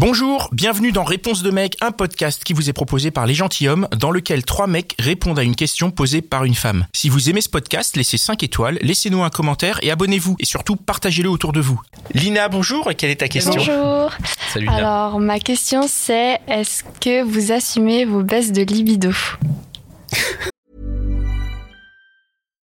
Bonjour, bienvenue dans Réponse de mec, un podcast qui vous est proposé par les gentilshommes, dans lequel trois mecs répondent à une question posée par une femme. Si vous aimez ce podcast, laissez 5 étoiles, laissez-nous un commentaire et abonnez-vous. Et surtout, partagez-le autour de vous. Lina, bonjour, et quelle est ta question Bonjour. Salut Alors, ma question c'est est-ce que vous assumez vos baisses de libido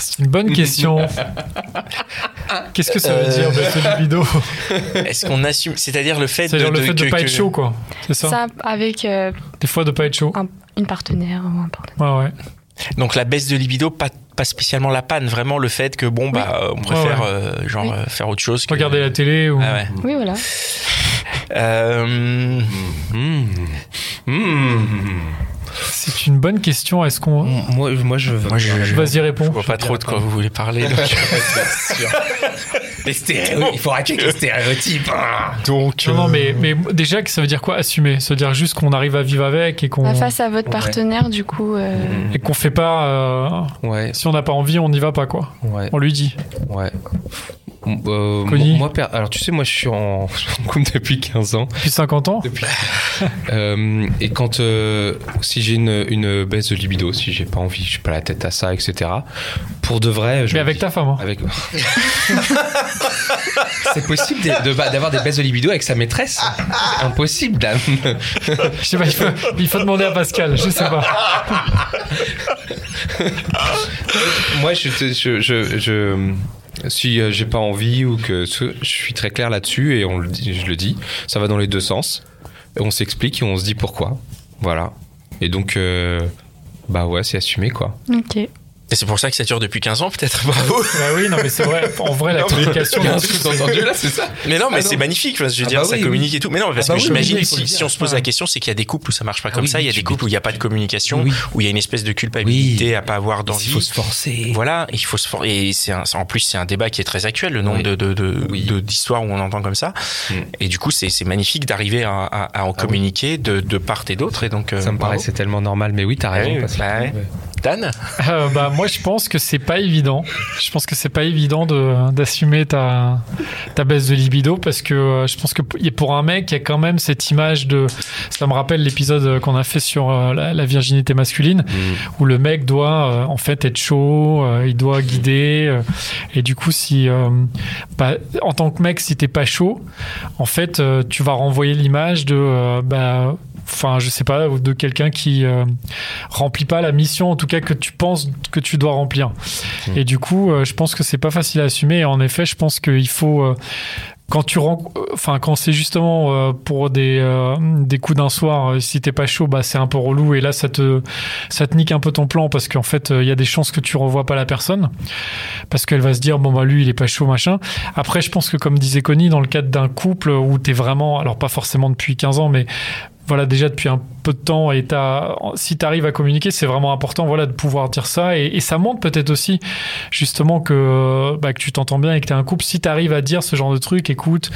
C'est une bonne question. Qu'est-ce que ça veut dire, Euh. baisse de libido Est-ce qu'on assume C'est-à-dire le fait de, C'est-à-dire le fait de que- pas être que- chaud, quoi. C'est ça, Ça, avec euh, Des fois, de pas être chaud. un- une partenaire ou un partenaire. Ouais, ouais. Donc la baisse de libido, pas, pas spécialement la panne, vraiment le fait que bon bah euh, on préfère euh, genre Oui. euh, faire autre chose. Que... Regarder la télé ou. Ah ouais. Oui, voilà. Euh, hmm. Hmm. C'est une bonne question. Est-ce qu'on. Moi, moi, je veux. Moi, Mm. je- je- Vas-y, réponds. Je vois pas trop de quoi vous voulez parler. donc- Les stéréo- Il faut arrêter avec les stéréotypes. hein. Donc, Non, non, mais, mais déjà, que ça veut dire quoi assumer Se dire juste qu'on arrive à vivre avec et qu'on Bah, face à votre Ouais. partenaire, du coup, euh, et qu'on fait pas. euh, Ouais, Si on n'a pas envie, on n'y va pas, quoi. ouais, On lui dit. ouais. Euh, Connie moi, per- alors tu sais, moi je suis en, je suis en couple depuis 15 ans. Depuis 50 ans Euh, et quand euh, si j'ai une, une baisse de libido, si j'ai pas envie, je suis pas la tête à ça, etc. Pour de vrai, je Mais me avec dis- ta femme. hein. Avec. C'est possible de- de- d'avoir des baisses de libido avec sa maîtresse C'est Impossible, dame. Je sais pas, il faut, il faut demander à Pascal. Je sais pas. Moi, je, te- je, je, je- si euh, j'ai pas envie ou que ce- je suis très clair là-dessus et on le dit, je le dis, ça va dans les deux sens. Et On s'explique et on se dit pourquoi. Voilà. Et donc, euh, bah ouais, c'est assumé quoi. Mm-hmm. ok. Et c'est pour ça que ça dure depuis 15 ans peut-être. Bravo. Bah oui, non, mais c'est vrai. En vrai, la Ah Non, mais- communication. Il y a un sous-entendu là, c'est ça Mais non, mais Ah c'est non. magnifique. parce que Je veux Ah dire, bah ça oui, communique oui. et tout. Mais non, parce Ah bah que oui, j'imagine oui, que il faut si, le dire. si on se pose la question, c'est qu'il y a des couples où ça marche pas Ah comme oui, ça. Il y a tu des couples où il n'y a pas de communication, Oui. où il y a une espèce de culpabilité à pas avoir Il d'envie. faut se forcer. Voilà, il faut se for- et c'est un- en plus c'est un débat qui est très actuel, le nombre Oui. de de- de- Oui. de- d'histoires où on entend comme ça. Mm. Ah Et du coup, c'est c'est magnifique d'arriver à, à- à en communiquer de, de part et d'autre. Et donc, euh, Ça me bravo. paraissait tellement normal, mais oui, t'as Ah raison. oui, parce que- bah ouais. Dan, Euh, bah, moi, je pense que c'est pas évident. Je pense que c'est pas évident de- d'assumer ta, ta baisse de libido parce que euh, je pense que p- et pour un mec, il y a quand même cette image de. Ça me rappelle l'épisode qu'on a fait sur euh, la, la virginité masculine où le mec doit euh, en fait être chaud, euh, il doit guider. euh, et du coup, si euh, bah, en tant que mec, si t'es pas chaud, en fait, euh, tu vas renvoyer l'image de. euh, bah, Enfin, je sais pas, de quelqu'un qui euh, remplit pas la mission, en tout cas que tu penses que tu dois remplir. Et du coup, euh, je pense que c'est pas facile à assumer. Et en effet, je pense qu'il faut euh, quand tu ren- euh, enfin quand c'est justement euh, pour des euh, des coups d'un soir, euh, si t'es pas chaud, bah c'est un peu relou. Et là, ça te ça te nique un peu ton plan parce qu'en fait, euh, il y a des chances que tu revois pas la personne parce qu'elle va se dire bon bah lui il est pas chaud machin. Après, je pense que comme disait Connie, dans le cadre d'un couple où t'es vraiment, alors pas forcément depuis 15 ans, mais voilà déjà depuis un peu de temps et t'as- si tu arrives à communiquer c'est vraiment important voilà de pouvoir dire ça et, et ça montre peut-être aussi justement que bah, que tu t'entends bien et que tu as un couple si tu arrives à dire ce genre de truc écoute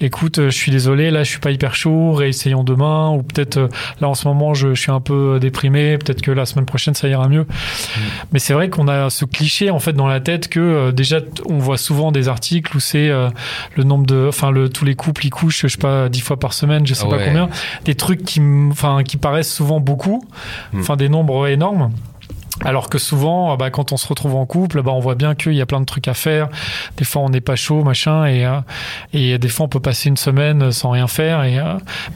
écoute euh, je suis désolé là je suis pas hyper chaud réessayons demain ou peut-être euh, là en ce moment je, je suis un peu euh, déprimé peut-être que la semaine prochaine ça ira mieux Mm. mais c'est vrai qu'on a ce cliché en fait dans la tête que euh, déjà t- on voit souvent des articles où c'est euh, le nombre de enfin le tous les couples ils couchent je sais pas dix fois par semaine je sais Ah pas ouais. combien des trucs qui, m- enfin, qui paraissent souvent beaucoup, Mm. enfin des nombres euh, énormes. Alors que souvent, bah, quand on se retrouve en couple, bah, on voit bien qu'il y a plein de trucs à faire. Des fois, on n'est pas chaud, machin, et, euh, et des fois, on peut passer une semaine sans rien faire. Et, euh,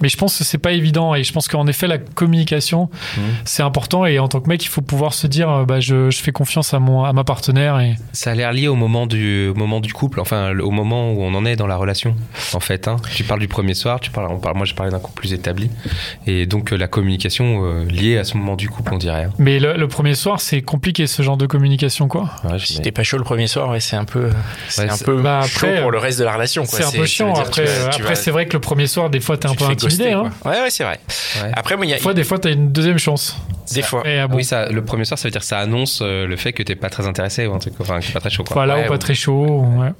mais je pense que c'est pas évident, et je pense qu'en effet, la communication, Mmh. c'est important. Et en tant que mec, il faut pouvoir se dire, euh, bah, je, je fais confiance à mon, à ma partenaire. Et Ça a l'air lié au moment du au moment du couple, enfin le- au moment où on en est dans la relation, en fait. Hein. Tu parles du premier soir, tu parles, on parle, moi je parlais d'un couple plus établi, et donc euh, la communication euh, liée à ce moment du couple, on dirait. hein. mais le, le premier soir, soir, c'est compliqué ce genre de communication, quoi. hein. Ouais, Euh, Si mais- t'es pas chaud le premier soir, ouais, c'est un peu, c'est Ouais, un c'est- euh, peu Bah, chaud après, pour le reste de la relation. quoi. C'est un ça peu veut chiant. dire que Après, tu vas- tu après vas- c'est vrai que le premier soir, des fois, t'es un tu peu te fais intimidé. ghoster, Hein. quoi. Ouais, ouais, c'est vrai. Ouais. Après, moi, il y a Des fois, des fois, t'as une deuxième chance. des fois. Et ah bon, Ah Oui, ça, le premier soir, ça veut dire que ça annonce euh, le fait que t'es pas très intéressé ou un truc, enfin, que t'es pas très chaud, quoi. voilà, ouais, ou pas ouais. très chaud. ouais.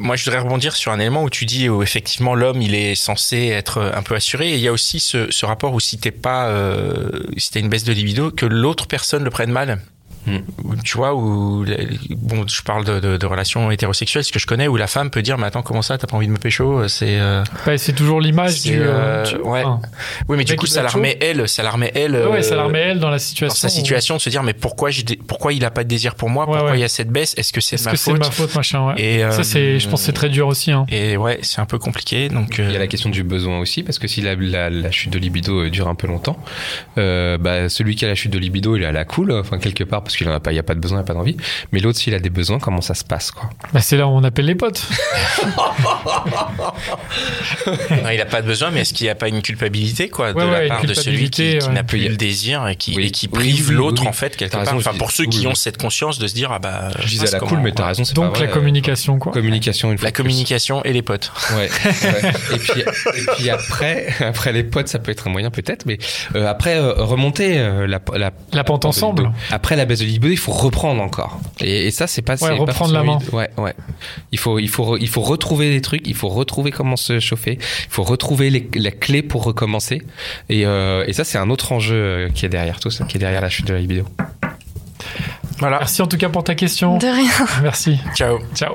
Moi, je voudrais rebondir sur un élément où tu dis où effectivement l'homme il est censé être euh, un peu assuré. Et il y a aussi ce, ce rapport où si t'es pas, euh, si t'as une baisse de libido, que l'autre personne le prenne mal. Hmm. Ou, Tu vois, où la- bon, je parle de, de- de relations hétérosexuelles, ce que je connais, où la femme peut dire, mais attends, comment ça, t'as pas envie de me pécho C'est euh, Ouais, Bah, c'est toujours l'image C'est, du. euh, tu- ouais. enfin, oui, mais du mec, coup, il ça doit la être chaud. remet elle, ça la remet elle. ouais, euh, ça la remet elle dans la dans situation. sa situation de se dire, mais pourquoi, j'ai des- pourquoi il a pas de désir pour moi Ouais, Pourquoi ouais. il y a cette baisse Est-ce que c'est de Est-ce ma que c'est faute de ma faute, machin ouais. Et, euh, Ça, c'est, je pense, que c'est très dur aussi. Hein. Et ouais, c'est un peu compliqué. Donc, Il y a euh, la question du besoin aussi, parce que si la, la- la chute de libido euh, dure un peu longtemps, euh, bah, celui qui a la chute de libido, il est à la cool, enfin quelque part, parce qu'il n'y a, pas- il y a pas de besoin, il n'y a pas d'envie. Mais l'autre, s'il a des besoins, comment ça se passe quoi Bah, c'est là où on appelle les potes. Non, il n'a pas de besoin, mais est-ce qu'il n'y a pas une culpabilité quoi, de Ouais, la ouais, part une de celui qui, qui culpabilité, n'a ouais. plus Oui. le désir et qui, Oui. et qui Oui, prive oui, oui, l'autre oui. en fait quelque T'as part. raison, enfin, je- pour ceux oui, qui oui. ont cette conscience de se dire ah bah Je disais à la comment- cool, mais t'as raison, c'est Donc pas la vrai. euh, communication, quoi. Communication, une fois La de plus. communication et les potes. Ouais. ouais. Et puis, et puis après, après les potes, ça peut être un moyen peut-être, mais euh, après euh, remonter euh, la, la, La pente de ensemble. libido. Après la baisse de libido, il faut reprendre encore. Et, et ça, c'est pas. c'est pas reprendre la main. forcément une- Ouais, ouais. Il faut, il faut, re- il faut retrouver des trucs. Il faut retrouver comment se chauffer. Il faut retrouver les, la clé pour recommencer. Et, euh, et ça, c'est un autre enjeu euh, qui est derrière tout ça, qui est derrière la chute de la libido. Voilà, Merci en tout cas pour ta question. De rien. Merci. ciao. Ciao.